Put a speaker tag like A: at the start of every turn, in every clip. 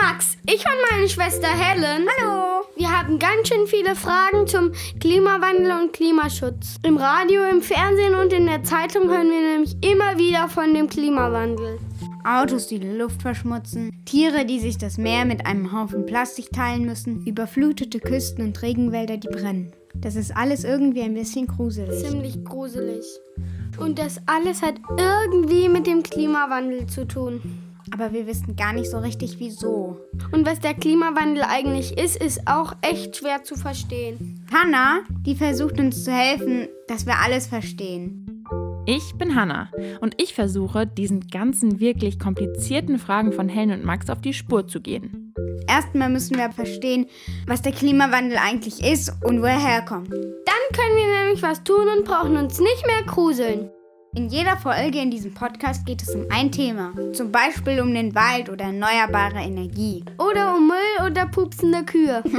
A: Max. Ich und meine Schwester Helen. Hallo. Wir haben ganz schön viele Fragen zum Klimawandel und Klimaschutz. Im Radio, im Fernsehen und in der Zeitung hören wir nämlich immer wieder von dem Klimawandel.
B: Autos, die die Luft verschmutzen, Tiere, die sich das Meer mit einem Haufen Plastik teilen müssen, überflutete Küsten und Regenwälder, die brennen. Das ist alles irgendwie ein bisschen gruselig.
A: Ziemlich gruselig. Und das alles hat irgendwie mit dem Klimawandel zu tun.
B: Aber wir wissen gar nicht so richtig wieso.
A: Und was der Klimawandel eigentlich ist, ist auch echt schwer zu verstehen.
B: Hannah, die versucht uns zu helfen, dass wir alles verstehen.
C: Ich bin Hanna und ich versuche, diesen ganzen wirklich komplizierten Fragen von Helen und Max auf die Spur zu gehen.
B: Erstmal müssen wir verstehen, was der Klimawandel eigentlich ist und wo er herkommt.
A: Dann können wir nämlich was tun und brauchen uns nicht mehr gruseln.
B: In jeder Folge in diesem Podcast geht es um ein Thema, zum Beispiel um den Wald oder erneuerbare Energie.
A: Oder um Müll oder pupsende Kühe.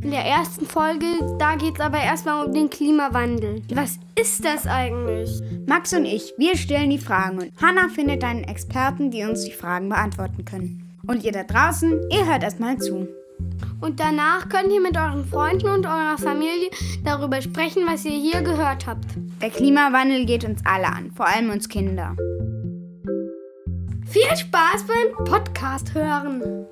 A: In der ersten Folge, da geht es aber erstmal um den Klimawandel. Was ist das eigentlich?
B: Max und ich, wir stellen die Fragen und Hannah findet einen Experten, die uns die Fragen beantworten können. Und ihr da draußen, ihr hört erstmal zu.
A: Und danach könnt ihr mit euren Freunden und eurer Familie darüber sprechen, was ihr hier gehört habt.
B: Der Klimawandel geht uns alle an, vor allem uns Kinder.
A: Viel Spaß beim Podcast hören.